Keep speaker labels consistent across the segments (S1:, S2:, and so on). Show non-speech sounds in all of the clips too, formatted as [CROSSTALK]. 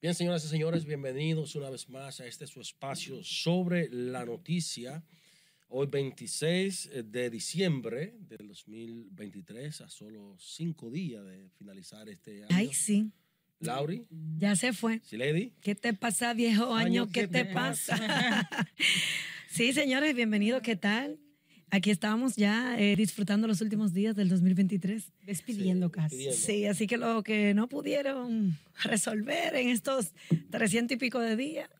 S1: Bien, señoras y señores, bienvenidos una vez más a este su espacio sobre la noticia. Hoy 26 de diciembre del 2023, a solo cinco días de finalizar este año.
S2: Ay, sí.
S1: Lauri,
S2: Ya se fue.
S1: Silady,
S2: ¿Qué te pasa, viejo año? ¿Qué te pasa? [LAUGHS] sí, señores, bienvenidos. ¿Qué tal? Aquí estábamos ya eh, disfrutando los últimos días del 2023.
S3: Despidiendo
S1: Sí,
S3: casi.
S1: despidiendo.
S2: Sí, así que lo que no pudieron resolver en estos 300 y pico de días,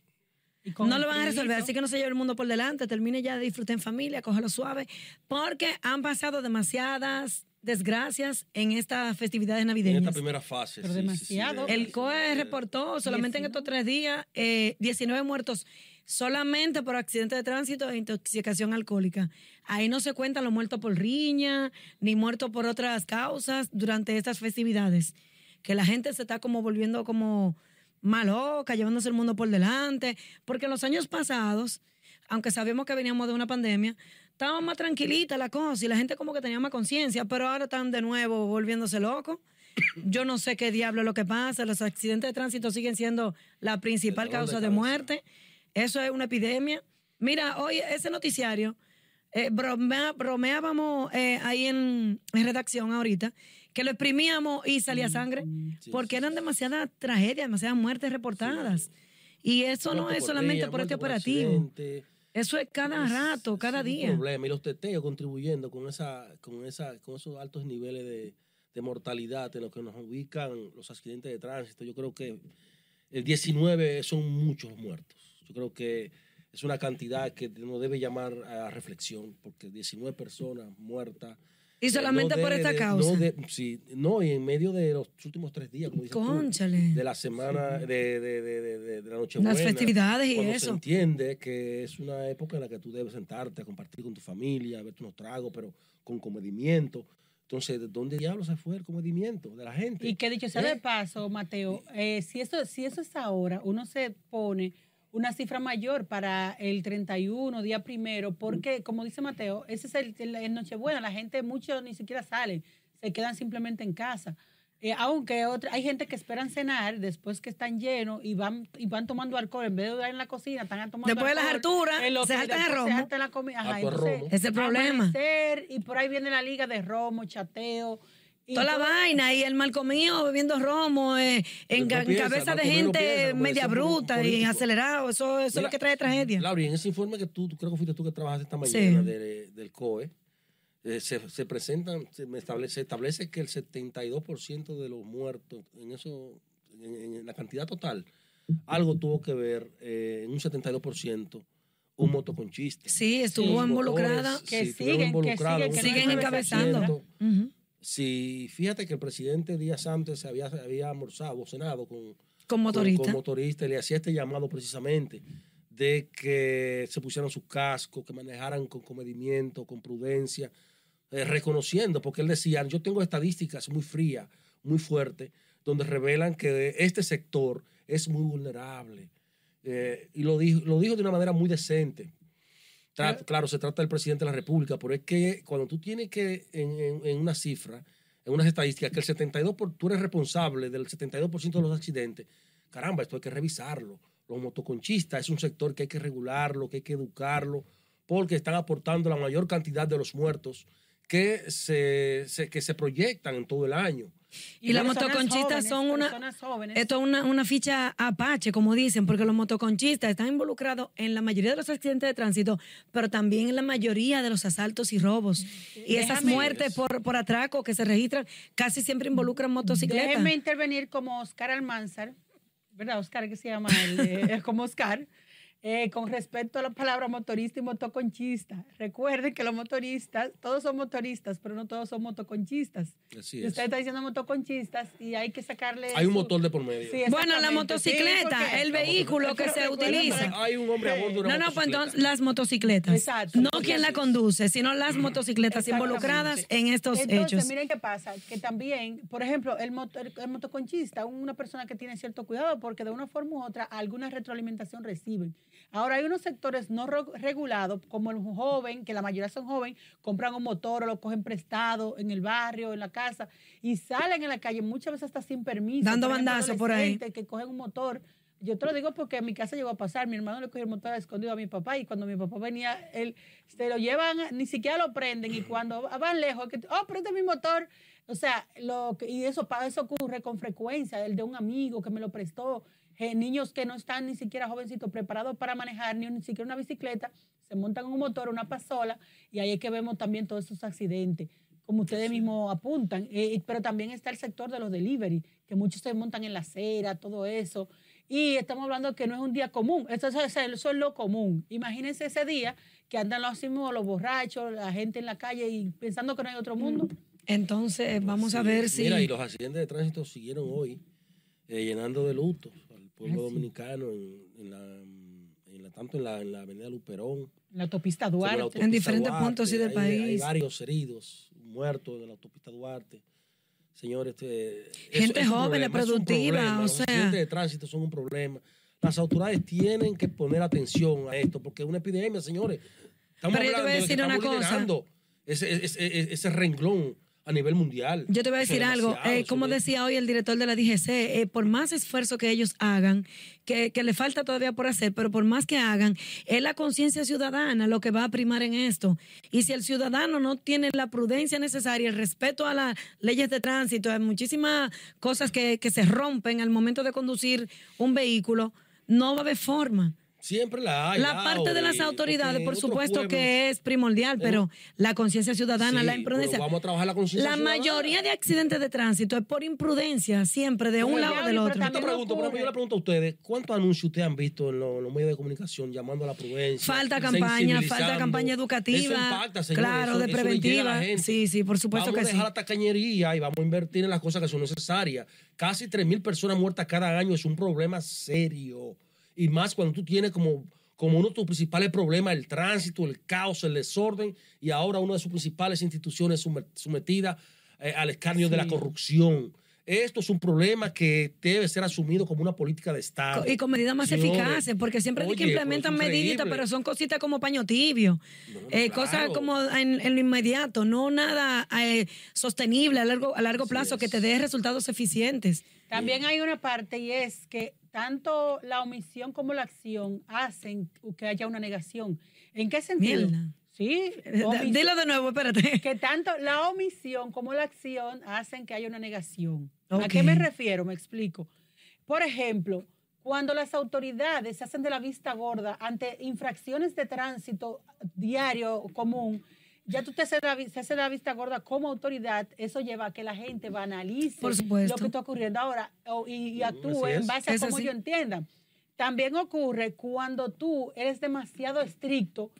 S3: Y con
S2: no
S3: el
S2: lo van a resolver.
S3: frito,
S2: Así que no se lleve el mundo por delante. Termine ya, disfrute en familia, cógelo suave, porque han pasado demasiadas desgracias en estas festividades
S1: en
S2: navideñas.
S1: esta primera fase.
S3: Pero demasiado.
S1: de-
S2: El E COE reportó solamente en estos tres días eh, 19 muertos solamente por accidente de tránsito e intoxicación alcohólica. Ahí no se cuentan los muertos por riña ni muertos por otras causas durante estas festividades. Que la gente se está como volviendo como maloca, llevándose el mundo por delante. Porque en los años pasados, aunque sabíamos que veníamos de una pandemia, estaba más tranquilita la cosa y la gente como que tenía más conciencia, pero ahora están de nuevo volviéndose locos. Yo no sé qué diablo es lo que pasa. Los accidentes de tránsito siguen siendo la principal
S1: El dolor de
S2: causa de,
S1: cabeza.
S2: muerte. Eso es una epidemia. Mira, hoy ese noticiario, eh, bromea- bromeábamos eh, ahí en, en redacción ahorita, que lo exprimíamos y salía sangre,
S1: Mm. sí, sí,
S2: porque eran demasiadas tragedias, demasiadas muertes reportadas. Y eso no
S1: muerto
S2: es solamente
S1: riña,
S2: por este
S1: muerto
S2: operativo.
S1: accidente.
S2: Eso es cada
S1: Es-
S2: rato,
S1: es
S2: cada
S1: un
S2: día.
S1: problema. Y los teteos contribuyendo con esa, con esa, con esos altos niveles de, de mortalidad en los que nos ubican los accidentes de tránsito. Yo creo que el 19 son muchos muertos. Yo creo que es una cantidad que nos debe llamar a reflexión, porque 19 personas muertas.
S2: Y
S1: eh,
S2: solamente
S1: no
S2: por
S1: debe
S2: esta
S1: de-
S2: causa.
S1: No, de- sí, no, y en medio de los últimos tres días, como dices tú,
S2: Cónchale.
S1: de la semana, de, de, de, de, de- de la noche
S2: Las festividades y
S1: cuando Se
S2: eso.
S1: entiende que es una época en la que tú debes sentarte a compartir con tu familia, a verte unos tragos, pero con comedimiento. Entonces, ¿de dónde diablos se fue el comedimiento de la gente?
S3: Y que dicho sea
S1: ¿Eh?
S3: de paso, Mateo, eh, si, eso, si eso es ahora, uno se pone una cifra mayor para el 31, día primero, porque, como dice Mateo, ese es el, el- el Nochebuena, la gente, muchos ni siquiera salen, se quedan simplemente en casa. Eh, aunque otra, hay gente que esperan cenar después que están llenos y van y van tomando alcohol en vez de durar en la cocina, están tomando
S2: Después de las
S3: alcohol,
S2: alturas,
S3: en lo
S2: se
S3: que-
S2: saltan el
S3: después
S2: romo.
S3: saltan la comida. Ajá,
S1: Ah, pues,
S3: entonces,
S1: romo.
S2: Es el problema.
S3: amanecer, y por ahí viene la liga de romo, chateo. y
S2: toda la
S3: todo-
S2: vaina y el mal comido bebiendo romo eh,
S1: Pero
S2: en,
S1: no
S2: en
S1: piensa,
S2: cabeza
S1: no,
S2: de
S1: que uno no
S2: gente
S1: piensa, como
S2: media
S1: decía un
S2: bruta y
S1: político.
S2: acelerado eso, eso es
S1: Mira,
S2: lo que trae tragedia
S1: Laura, y en ese informe que tú, tú creo que fuiste tú que trabajaste esta
S2: Sí.
S1: mañana de- del COE, eh, se, se presentan, se, me establece, se establece que el 72% de los muertos en eso, en, en la cantidad total, algo tuvo que ver eh, en un 72% un motoconchista.
S2: sí estuvo
S1: Los
S2: involucrada
S1: motores,
S3: Que
S1: sí, estuvieron
S3: siguen, que
S1: involucrados,
S3: siguen,
S1: un
S3: que
S2: no Siguen encabezando.
S1: 72%.
S2: Ujú.
S1: Sí, fíjate que el presidente días antes había, había almorzado, o cenado con,
S2: con motorista
S1: con motorista, y le hacía este llamado precisamente de que se pusieran sus cascos, que manejaran con comedimiento, con prudencia, eh, reconociendo, porque él decía, yo tengo estadísticas muy frías, muy fuertes, donde revelan que este sector es muy vulnerable. Eh, y lo dijo, lo dijo de una manera muy decente. Tra- claro, se trata del presidente de la República, pero es que cuando tú tienes que, en, en- en una cifra, en unas estadísticas, que el 72%, por- tú eres responsable del 72% de los accidentes, caramba, esto hay que revisarlo. Los motoconchistas es un sector que hay que regularlo, que hay que educarlo, porque están aportando la mayor cantidad de los muertos que se, se- que se proyectan en todo el año.
S2: y las
S3: personas
S2: motoconchistas
S3: jóvenes,
S2: son una
S3: personas jóvenes.
S2: esto es una, una ficha apache como dicen porque los motoconchistas están involucrados en la mayoría de los accidentes de tránsito pero también en la mayoría de los asaltos y robos y esas
S3: Déjame-
S2: muertes por, por atraco que se registran casi siempre involucran motocicletas
S3: Déjenme intervenir como Oscar Almanzar, ¿verdad? Oscar, que se llama él, eh, [LAUGHS] es como Oscar, eh, con respecto a la palabra motorista y motoconchista. Recuerden que los motoristas, todos son motoristas, pero no todos son motoconchistas.
S1: Así
S3: Y usted está diciendo motoconchistas y hay que sacarle.
S1: Hay un
S3: su-
S1: motor de por medio.
S3: Sí,
S2: Bueno, la
S3: exactamente. Sí,
S2: motocicleta,
S3: porque-
S2: el vehículo que
S3: Pero
S2: se
S3: recuerden para-
S2: utiliza.
S1: Hay un hombre a bordo de una
S2: No, no, pues
S1: motocicleta.
S2: entonces las motocicletas.
S3: Exacto.
S2: No
S3: Sí,
S2: quien la
S1: así es.
S2: conduce, sino las motocicletas involucradas en estos
S3: Entonces,
S2: hechos.
S3: miren qué pasa, que también, por ejemplo, el, moto- el, el motoconchista, una persona que tiene cierto cuidado, porque de una forma u otra alguna retroalimentación reciben. Ahora hay unos sectores no ro- regulados, como el joven, que la mayoría son jóvenes, compran un motor o lo cogen prestado en el barrio, en la casa, y salen en la calle muchas veces hasta sin permiso.
S2: Dando
S3: ejemplo,
S2: bandazo por ahí.
S3: adolescentes Que cogen un motor. Yo te lo digo porque en mi casa llegó a pasar, mi hermano le cogió el motor escondido a mi papá y cuando mi papá venía, él se lo llevan, ni siquiera lo prenden y cuando van lejos, que, oh, prende mi motor. O sea, lo que- y eso, pa- eso ocurre con frecuencia, el de un amigo que me lo prestó, eh, niños que no están ni siquiera jovencitos preparados para manejar ni, ni siquiera una bicicleta, se montan en un motor, una pasola, y ahí es que vemos también todos esos accidentes, como ustedes mismos apuntan. Eh, y- pero también está el sector de los delivery, que muchos se montan en la acera, todo eso. Y estamos hablando que no es un día común, eso, eso- eso- eso es lo común. Imagínense ese día que andan los, mismos, los borrachos, la gente en la calle y pensando que no hay otro mundo.
S2: Entonces, eh, vamos a
S1: Así
S2: ver
S1: es.
S2: si.
S1: Mira, y los accidentes de tránsito siguieron hoy eh, llenando de luto al pueblo
S3: Ah, sí.
S1: dominicano, en, en la, mm, en la- tanto en la, en la avenida Luperón.
S3: En la autopista
S1: como en la
S3: Duarte.
S1: autopista
S2: diferentes puntos, sí, del
S1: hay- hay
S2: país.
S1: varios heridos, muertos de la autopista Duarte. Señores, este, eso-
S2: Gente
S1: es un
S2: joven,
S1: problema, es un
S2: productiva,
S1: problema.
S2: o
S1: Los
S2: sea.
S1: accidentes de tránsito son un problema. Las autoridades tienen que poner atención a esto, porque es una epidemia, señores. Estamos
S2: Pero yo te voy a
S1: hablando de que
S2: decir
S1: estamos
S2: una cosa.
S1: liderando Ese, ese- ese- ese renglón a nivel mundial.
S2: Yo te voy a
S1: Eso
S2: decir
S1: es
S2: algo.
S1: demasiado,
S2: Eh,
S1: eso
S2: como
S1: es-
S2: decía hoy el director de la DGC, eh, por más esfuerzo que ellos hagan, que, que le falta todavía por hacer, pero por más que hagan, es la conciencia ciudadana lo que va a primar en esto. Y si el ciudadano no tiene la prudencia necesaria, el respeto a las leyes de tránsito, hay muchísimas cosas que, que se rompen al momento de conducir un vehículo, no va a haber forma.
S1: Siempre la hay. este,
S2: la
S1: Laura,
S2: parte de las
S1: y-
S2: autoridades,
S1: porque
S2: por
S1: otros
S2: supuesto
S1: pueblos-
S2: que es primordial, pero la conciencia ciudadana,
S1: ¿eh? Sí,
S2: la imprudencia.
S1: pero vamos a trabajar la conciencia
S2: La
S1: ciudadana.
S2: mayoría de accidentes de tránsito es por imprudencia, siempre, de un
S3: Pero
S2: lado o
S3: ya,
S2: del
S3: pero
S1: Yo
S2: otro.
S1: te
S3: También
S1: pregunto, por ejemplo,
S3: ocurre.
S1: yo le pregunto a ustedes, ¿cuántos anuncios ustedes han visto en lo- los medios de comunicación llamando a la prudencia?
S2: Falta campaña, falta
S1: sensibilizando?
S2: campaña
S1: Eso
S2: educativa.
S1: impacta, señores,
S2: claro,
S1: eso- eso le
S2: de
S1: llega a la
S2: preventiva.
S1: gente.
S2: Sí, sí, por supuesto
S1: vamos
S2: que
S1: a dejar
S2: sí.
S1: la tacañería y vamos a invertir en las cosas que son necesarias. Casi 3.000 personas muertas cada año es un problema serio. Y más cuando tú tienes como, como uno de tus principales problemas el tránsito, el caos, el desorden, y ahora una de sus principales instituciones sume- sometida eh, al escarnio de la corrupción. Esto es un problema que debe ser asumido como una política de Estado.
S2: Co- Y con medidas más
S1: Señores,
S2: eficaces, porque siempre di que
S1: oye,
S2: implementan
S1: pues,
S2: medidas,
S1: increíble.
S2: pero son cositas como paño tibio,
S1: No,
S2: eh,
S1: claro.
S2: cosas como en, en lo inmediato, no nada eh, sostenible a largo, a largo
S1: Así
S2: plazo que
S1: es.
S2: te dé resultados eficientes.
S3: También hay una parte y es que tanto la omisión como la acción hacen que haya una negación. ¿En qué sentido?
S2: Mierda.
S3: Sí,
S2: Eh, da-
S3: omis-
S2: Dilo [LAUGHS] de nuevo,
S3: [LAUGHS]
S2: espérate.
S3: que tanto la omisión como la acción hacen que haya una negación. ¿A
S2: Ok.
S3: qué me refiero? Me explico. Por ejemplo, cuando las autoridades se hacen de la vista gorda ante infracciones de tránsito diario común, ya tú te haces la, vi- se hace la vista gorda como autoridad, eso lleva a que la gente banalice
S2: Por supuesto.
S3: lo que está ocurriendo ahora o- y, y
S1: Mm,
S3: actúe
S1: así es.
S3: en base a
S2: Es
S3: cómo
S2: así.
S3: yo entienda. También ocurre cuando tú eres demasiado estricto,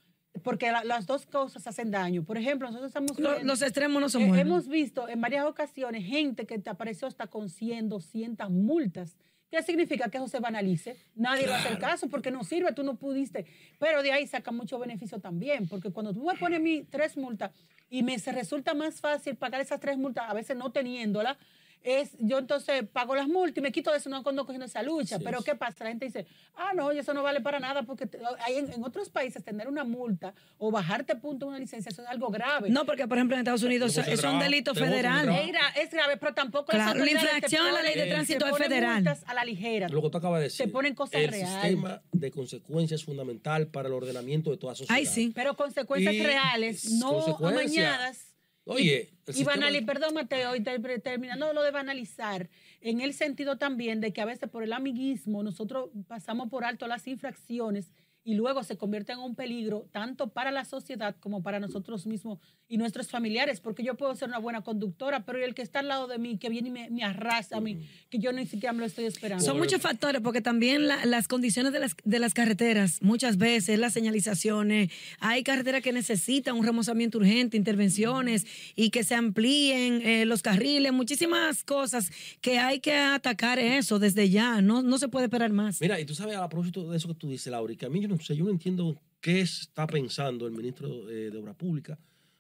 S3: porque la- las dos cosas hacen daño. Por ejemplo, nosotros estamos
S2: Lo-
S3: viendo-
S2: los extremos no son
S3: eh,
S2: buenos.
S3: Hemos visto en varias ocasiones gente que te apareció hasta con 100, 200 multas. ¿Qué significa que eso se banalice? Nadie va a hacer
S1: Claro.
S3: caso porque no sirve, tú no pudiste. Pero de ahí saca mucho beneficio también, porque cuando tú me pones mis tres multas y me se resulta más fácil pagar esas tres multas, a veces no teniéndolas, es, yo entonces pago las multas y me quito de eso, no ando cogiendo esa lucha.
S1: Así
S3: Pero
S1: es.
S3: ¿qué pasa? La gente dice, ah, no, eso no vale para nada, porque te- hay en, en otros países tener una multa o bajarte punto en una licencia, eso es algo grave.
S2: No, porque por ejemplo en Estados Unidos
S1: Tenemos
S2: es
S1: el
S2: un
S1: trabajo,
S2: delito
S1: tenemos el
S2: federal.
S1: trabajo.
S3: Es, gra- es grave, pero tampoco
S2: Claro, la
S3: autoridades te
S2: infracción a la ley de
S3: ponen-
S2: tránsito
S3: te
S2: es
S3: ponen
S2: federal.
S3: multas a la ligera.
S1: Lo que tú acabas de decir.
S3: Se ponen cosas
S1: El
S3: reales.
S1: sistema de consecuencias es fundamental para el ordenamiento de toda sociedad.
S2: Ay, sí.
S3: Pero consecuencias
S1: Y
S3: reales, no
S1: consecuencias.
S3: amañadas.
S1: Oye, el
S3: Y
S1: sistema-
S3: banali- perdón Mateo, y ter- terminando lo de banalizar, en el sentido también de que a veces por el amiguismo nosotros pasamos por alto las infracciones y luego se convierte en un peligro tanto para la sociedad como para nosotros mismos y nuestros familiares, porque yo puedo ser una buena conductora, pero el que está al lado de mí, que viene y me, me arrastra a
S1: Mm.
S3: mí, que yo ni siquiera me lo estoy esperando.
S2: Son muchos factores, porque también la- las condiciones de las, de las carreteras, muchas veces las señalizaciones, hay carreteras que necesitan un remozamiento urgente, intervenciones y que se amplíen eh, los carriles, muchísimas cosas que hay que atacar eso desde ya, no, no se puede esperar más.
S1: Mira, y tú sabes, a propósito de eso que tú dices, Laura, y que a mí yo no sé, yo no entiendo qué está pensando el ministro eh, de Obra Pública.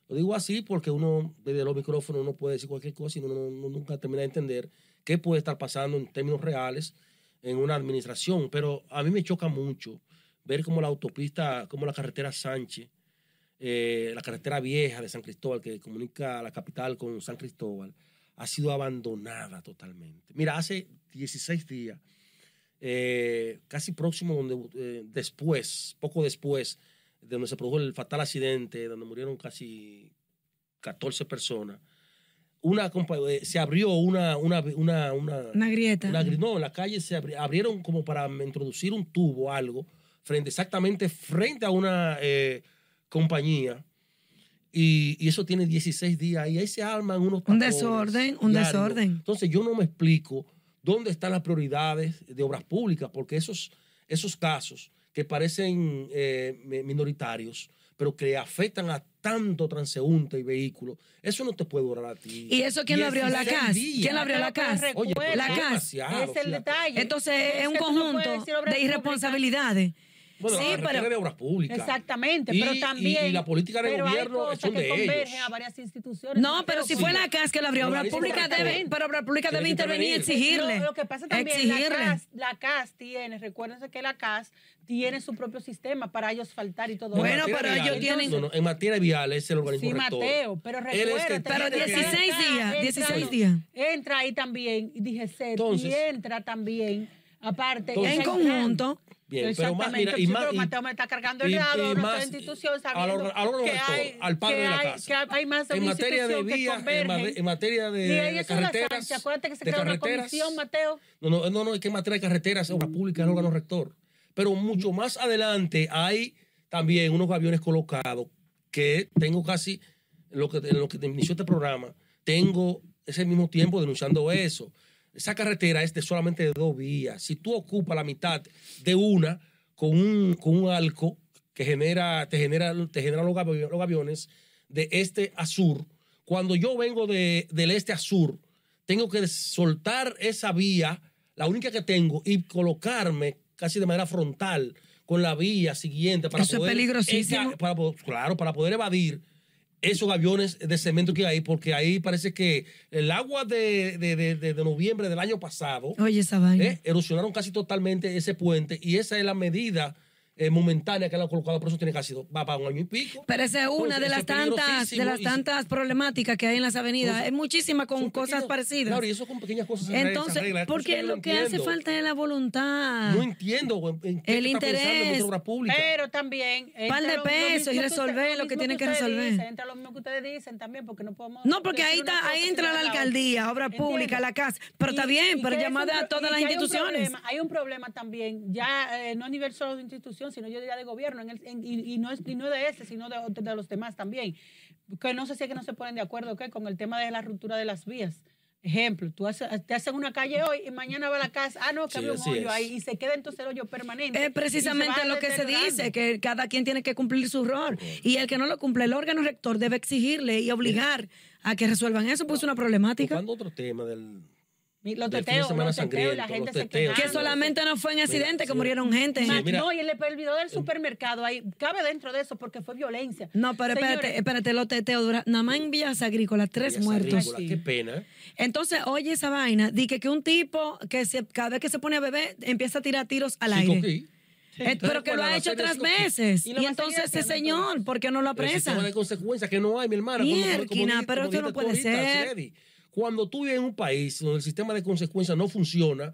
S1: Lo digo así porque uno, desde los micrófonos, uno puede decir cualquier cosa y uno, no- no- nunca termina de entender qué puede estar pasando en términos reales en una administración. Pero a mí me choca mucho ver cómo la autopista, cómo la carretera Sánchez, eh, la carretera vieja de San Cristóbal, que comunica la capital con San Cristóbal, ha sido abandonada totalmente. Mira, hace 16 días, eh, casi próximo, donde, eh, después, poco después de donde se produjo el fatal accidente, donde murieron casi 14 personas, una, eh, se abrió una, una, una, una,
S2: Una grieta.
S1: una gri- no, en la calle se abri- abrieron como para introducir un tubo o algo, frente, exactamente frente a una eh, compañía. Y, y eso tiene 16 días y ahí se arman unos
S2: Un
S1: tapones
S2: desorden, un
S1: diarios.
S2: desorden.
S1: Entonces yo no me explico dónde están las prioridades de obras públicas, porque esos, esos casos que parecen eh, mi- minoritarios, pero que afectan a tanto transeúnte y vehículo, eso no te puede durar a ti.
S2: ¿Y eso quién lo abrió? ¿La
S1: 16
S2: CAS?
S1: días.
S2: ¿Quién lo abrió? la
S3: Pero
S2: CAS.
S1: Oye, pero
S3: recuerda,
S2: la
S1: es
S2: CAS.
S1: demasiado,
S3: Es el
S1: o sea,
S3: detalle.
S2: Entonces
S3: Es
S2: es un
S3: que tú no puedes
S2: conjunto
S3: decir obras
S2: de irresponsabilidades.
S1: Bueno,
S2: Sí,
S1: la carretera
S2: pero-
S1: de obras públicas.
S3: Exactamente,
S1: Y-
S3: pero
S1: y-
S3: también.
S1: y la política de
S3: pero hay
S1: gobierno
S3: cosas
S1: es un
S3: que
S1: de
S3: convergen
S1: ellos.
S3: a varias instituciones.
S2: No, pero si
S1: Sí.
S2: fue la CAS que la abrió,
S1: Pero
S2: obra
S1: la
S2: pública
S1: dice-
S2: debe, pero obra pública
S1: Tiene
S2: debe
S1: que
S2: intervenir y
S1: intervenir.
S2: exigirle.
S3: Lo, lo que pasa también,
S2: exigirle.
S3: La, CAS, la CAS tiene, recuérdense que la CAS tiene su propio sistema para ellos faltar y todo
S1: En
S2: Bueno,
S1: materia
S2: pero
S1: vial,
S2: ellos
S1: entonces,
S2: tienen-
S1: no, no, en materia vial es el organismo
S3: Sí,
S1: rector.
S3: Mateo, pero
S1: Él es que
S3: recuérdate.
S1: tiene
S2: Pero
S1: que-
S2: 16 días,
S3: entra-
S2: 16 días.
S3: Entra ahí también, y dije ser,
S1: Entonces-
S3: y entra también, aparte.
S1: Entonces-
S2: en
S3: esa
S2: conjunto,
S1: Bien, pero más,
S3: Exactamente,
S1: mira, y
S3: sí,
S1: más,
S3: pero
S1: y-
S3: Mateo me está cargando el
S1: y-
S3: lado
S1: y
S3: a nuestra
S1: más,
S3: institución
S1: al
S3: sabiendo
S1: or- al órgano
S3: que
S1: rector,
S3: hay-
S1: al padre
S3: que
S1: de la
S3: hay-
S1: casa.
S3: que hay más de
S1: en
S3: una
S1: materia de
S3: institución que
S1: vías, en, ma-
S3: convergen.
S1: en materia de,
S3: Y ahí
S1: de
S3: es una
S1: carreteras.
S3: Sánchez, acuérdate que se
S1: de
S3: creó una
S1: carreteras.
S3: comisión, Mateo.
S1: No, no, no, no, es que en materia de carreteras, obras públicas, el órgano rector. Pero mucho más adelante hay también unos aviones colocados que tengo casi, lo que, en lo que inició este programa, tengo ese mismo tiempo denunciando eso. Esa carretera es de solamente de dos vías. Si tú ocupas la mitad de una con un, con un arco que genera, te genera, te genera los, gavi- los aviones de este a sur, cuando yo vengo de- del este a sur, tengo que soltar esa vía, la única que tengo, y colocarme casi de manera frontal con la vía siguiente para
S2: Eso es
S1: poder
S2: peligrosísimo.
S1: ella- para po- claro, para poder evadir esos aviones de cemento que hay, porque ahí parece que el agua de, de- de- de- de noviembre del año pasado
S2: oye esa vaina.
S1: eh, erosionaron casi totalmente ese puente y esa es la medida eh, momentánea que le han colocado, por eso tiene casi dos, va para un año y pico.
S2: Pero esa es una
S1: Entonces,
S2: de
S1: eso
S2: las
S1: es
S2: tantas, de
S1: peligrosísimo
S2: las
S1: y-
S2: tantas problemáticas que hay en las avenidas.
S1: Entonces,
S2: Hay muchísimas con
S1: Son
S2: cosas
S1: pequeños-
S2: parecidas.
S1: Claro, y eso con pequeñas cosas. se arregla, se
S2: Entonces,
S1: arregla. Eso
S2: porque
S1: yo no
S2: lo que hace
S1: entiendo.
S2: falta es la voluntad.
S1: No entiendo güey, en qué
S2: Ah. El
S1: está pensando
S2: interés.
S1: nuestra obra pública.
S3: Pero también. entra
S2: Par de
S3: lo- lo mismo
S2: pesos y
S3: que
S2: resolver
S3: usted-
S2: lo que
S3: mismo
S2: tienen que
S3: ustedes
S2: resolver.
S3: dicen, entra lo mismo que ustedes dicen también, porque no podemos.
S2: No, porque ahí,
S3: decir una
S2: está,
S3: cosa
S2: ahí
S3: sin
S2: entra la
S3: otra.
S2: alcaldía, obra
S3: ¿Entiendes?
S2: pública, la CAS. Pero está
S3: Y-
S2: bien,
S3: y
S2: pero
S3: que es un
S2: llamada
S3: pro-
S2: a todas
S3: y
S2: las
S3: que hay un
S2: instituciones.
S3: problema, Hay un problema también, ya eh, no a nivel solo de institución, sino yo diría de gobierno, en el- en- y, y no es, y no de este, sino de, ot- de los demás también. Que no sé si es que no se ponen de acuerdo ¿qué? con el tema de la ruptura de las vías. Ejemplo, tú haces, te hacen una calle hoy y mañana va a la casa, ah, no, que
S1: Sí,
S3: había un
S1: así
S3: hoyo
S1: es.
S3: ahí y se queda entonces el hoyo permanente. y
S2: Es
S3: se
S2: precisamente
S3: va
S2: lo que se
S3: deteriorando.
S2: dice, que cada quien tiene que cumplir su rol. Y el que no lo cumple, el órgano rector debe exigirle y obligar a que resuelvan eso, pues es una problemática.
S1: Tocando otro tema del...
S3: Mi- Los
S1: Del fin de
S3: teteos,
S1: semana
S3: los teteos, la
S1: sangriento,
S3: gente
S1: los
S3: se
S1: teteos.
S2: Que
S1: Ah, no,
S2: solamente no fue en accidente que
S1: sí.
S2: murieron gente.
S1: Sí,
S3: Ma-
S1: mira. Eh.
S3: no, y el, el video del supermercado ahí cabe dentro de eso porque fue violencia.
S2: No, pero espérate,
S3: Señores,
S2: espérate, los teteos dura- nada más en Villas Agrícolas, tres
S1: Villas
S2: muertos.
S1: Agrícolas, Qué pena.
S2: Entonces, oye esa vaina, di que, que un tipo que se, cada vez que se pone a beber empieza a tirar tiros al
S1: Cinco
S2: aire.
S1: aquí.
S2: Eh, pero que lo
S1: Recuerda,
S2: ha
S1: la
S2: hecho
S1: serie
S2: otras
S1: Cinco aquí.
S2: veces.
S3: Y
S2: Y,
S3: lo va a seguir
S2: entonces ese
S3: haciendo,
S2: señor, ¿por qué no lo
S1: Pero el sistema
S2: apresa?
S1: de consecuencias que no hay, mi hermana. como- como- como
S2: Mierquina,
S1: dijiste-
S2: pero
S1: como
S2: esto no
S1: dijiste tú
S2: puede ser.
S1: Freddy. Cuando tú vives en un país donde el sistema de consecuencias no funciona,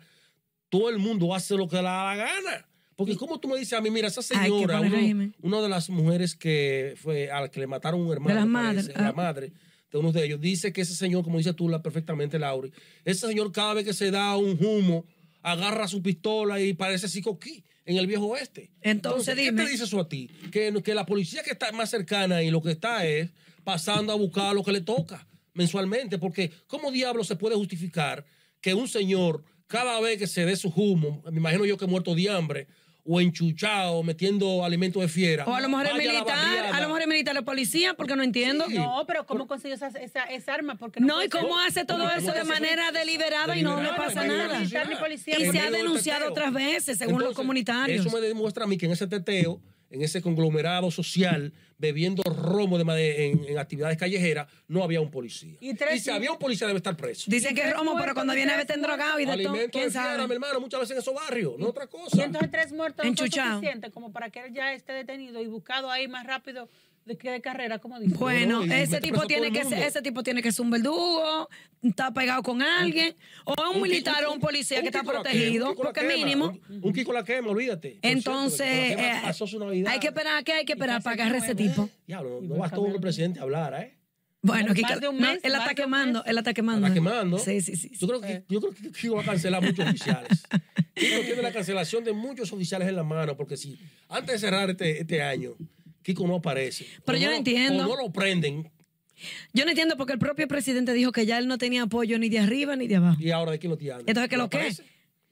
S1: todo el mundo hace lo que le da la gana. Porque como tú me dices a mí, mira, esa
S2: Ay, qué
S1: señora,
S2: pobre
S1: uno-
S2: régimen.
S1: una de las mujeres que fue a la que le mataron un hermano,
S2: De las
S1: me parece,
S2: madres,
S1: la
S2: ah.
S1: madre de uno de ellos, dice que ese señor, como dices tú la perfectamente, Lauri, ese señor cada vez que se da un humo, agarra su pistola y parece psicoquí en el viejo oeste.
S2: Entonces,
S1: ¿qué
S2: dime.
S1: te dice eso a ti? Que, que la policía que está más cercana y lo que está es pasando a buscar lo que le toca mensualmente, porque ¿cómo diablo se puede justificar que un señor cada vez que se dé su humo, me imagino yo que muerto de hambre, o enchuchado, metiendo alimentos de fiera,
S2: O a lo mejor es
S1: vaya la
S2: militar, a
S1: barriada?
S2: lo mejor es militar o policía, porque no entiendo.
S1: Sí.
S2: No,
S3: No, pero ¿cómo consiguió esa, esa, esa arma? Porque
S2: No, ¿y
S3: puede
S2: cómo
S3: ser-
S2: hace todo
S1: ¿Cómo-
S2: eso
S1: cómo
S2: de
S1: que se-
S2: manera deliberada y no le
S1: Deliberada,
S2: pasa
S1: en medio
S2: nada?
S1: del
S3: Militar ni
S1: teteo.
S3: policía.
S2: Y
S1: En
S2: se ha
S1: medio del
S2: denunciado
S1: teteo.
S2: otras veces, según los
S1: Entonces,
S2: comunitarios.
S1: Eso me demuestra a mí que en ese teteo en ese conglomerado social, bebiendo romo de made- en, en actividades callejeras, no había un policía.
S3: Y
S1: Y,
S3: tres-
S1: si había un policía debe estar preso.
S2: Dicen que es romo, pero cuando viene a ver estén drogado y de todo,
S1: Alimento de
S2: quién
S1: fiera, mi
S2: sabe.
S1: hermano, muchas veces en esos barrios, no otra
S3: Y
S1: cosa.
S3: entonces tres muertos no fue
S2: Enchuchado.
S3: suficiente como para que él ya esté detenido y buscado ahí más rápido de que de carrera, como dice.
S2: Bueno,
S1: No, no, y
S2: ese
S1: mete preso
S2: tipo
S1: a
S2: tiene
S1: todo el
S2: que ser,
S1: mundo.
S2: ese tipo tiene que ser un verdugo, está pegado con alguien, o un, militar o un policía que está
S1: Kiko la quema,
S2: protegido,
S1: un Kiko la
S2: porque
S1: quema,
S2: mínimo.
S1: Un, un Kiko la quema, olvídate. Por cierto,
S2: Entonces,
S1: Kiko la
S2: eh,
S1: quema pasó su Navidad.
S2: hay que esperar, ¿qué hay que esperar
S3: casi
S2: para agarrar
S3: nueve.
S2: ese tipo?
S1: Diablo, no, no bastó con que el presidente hablara, ¿eh?
S2: Bueno,
S3: Más
S2: Kiko,
S3: de un
S2: no,
S3: mes,
S2: él la
S3: más
S2: está
S3: de un
S2: quemando,
S3: mes.
S2: él la está quemando.
S1: Está quemando.
S2: Sí, sí, sí. Eh.
S1: Yo creo que, yo creo que Kiko va a cancelar muchos
S2: [LAUGHS]
S1: oficiales. Kiko tiene la cancelación de muchos oficiales en la mano, porque si antes de cerrar este, este año, Kiko no aparece.
S2: Pero
S1: o
S2: yo no entiendo.
S1: O no lo prenden,
S2: Yo no entiendo porque el propio presidente dijo que ya él no tenía apoyo ni de arriba ni de abajo.
S1: y ahora de quién lo tiran.
S2: Entonces, ¿qué
S1: No
S2: lo que?
S1: aparece.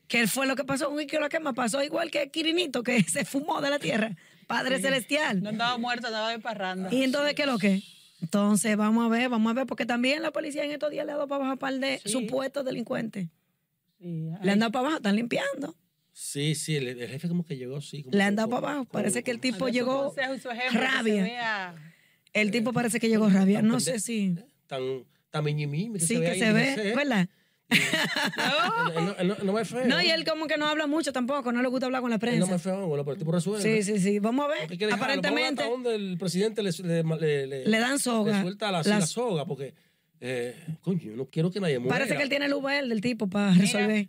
S2: Que fue lo que pasó, un que lo que más pasó igual que Quirinito, que [LAUGHS] se fumó de la tierra, Padre Celestial.
S3: No andaba muerto, andaba de parranda.
S2: ¿Y entonces qué lo que? Entonces, vamos a ver, vamos a ver, porque también la policía en estos días le ha dado para abajo a un par de supuestos delincuentes.
S3: Sí, ah, ay,
S2: Le han dado para abajo, están limpiando.
S1: Sí, sí, el, el jefe como que llegó, sí. Como,
S2: Le han dado
S1: como-
S2: para abajo.
S1: como-
S2: Parece que el
S1: como-
S2: tipo
S3: su
S2: llegó
S3: consejo y su ejemplo, que se
S2: rabia.
S3: vea.
S2: El tipo parece que llegó rabia.
S1: tan
S2: No
S1: pende-
S2: sé si.
S1: Eh, Tan, tan miñimimi
S2: Sí,
S1: ve
S2: que
S1: ahí,
S2: se
S1: no sé,
S2: ve,
S1: ¿eh?
S2: ¿verdad?
S1: Él- él no- él no- él No es feo.
S2: No, y él como que no habla mucho tampoco, no le gusta hablar con la
S1: Él no me
S2: prensa.
S1: feo, bueno, pero el tipo resuelve.
S2: Sí, sí, sí. Vamos a
S1: Porque hay
S2: ver.
S1: que dejarlo. Vamos a ver
S2: Aparentemente
S1: hasta dónde el presidente le, le, le- le-
S2: le dan soga.
S1: le suelta la,
S2: Las-
S1: la soga, porque, eh, coño, no quiero que nadie muera.
S2: Parece que él tiene el Uber del tipo para resolver.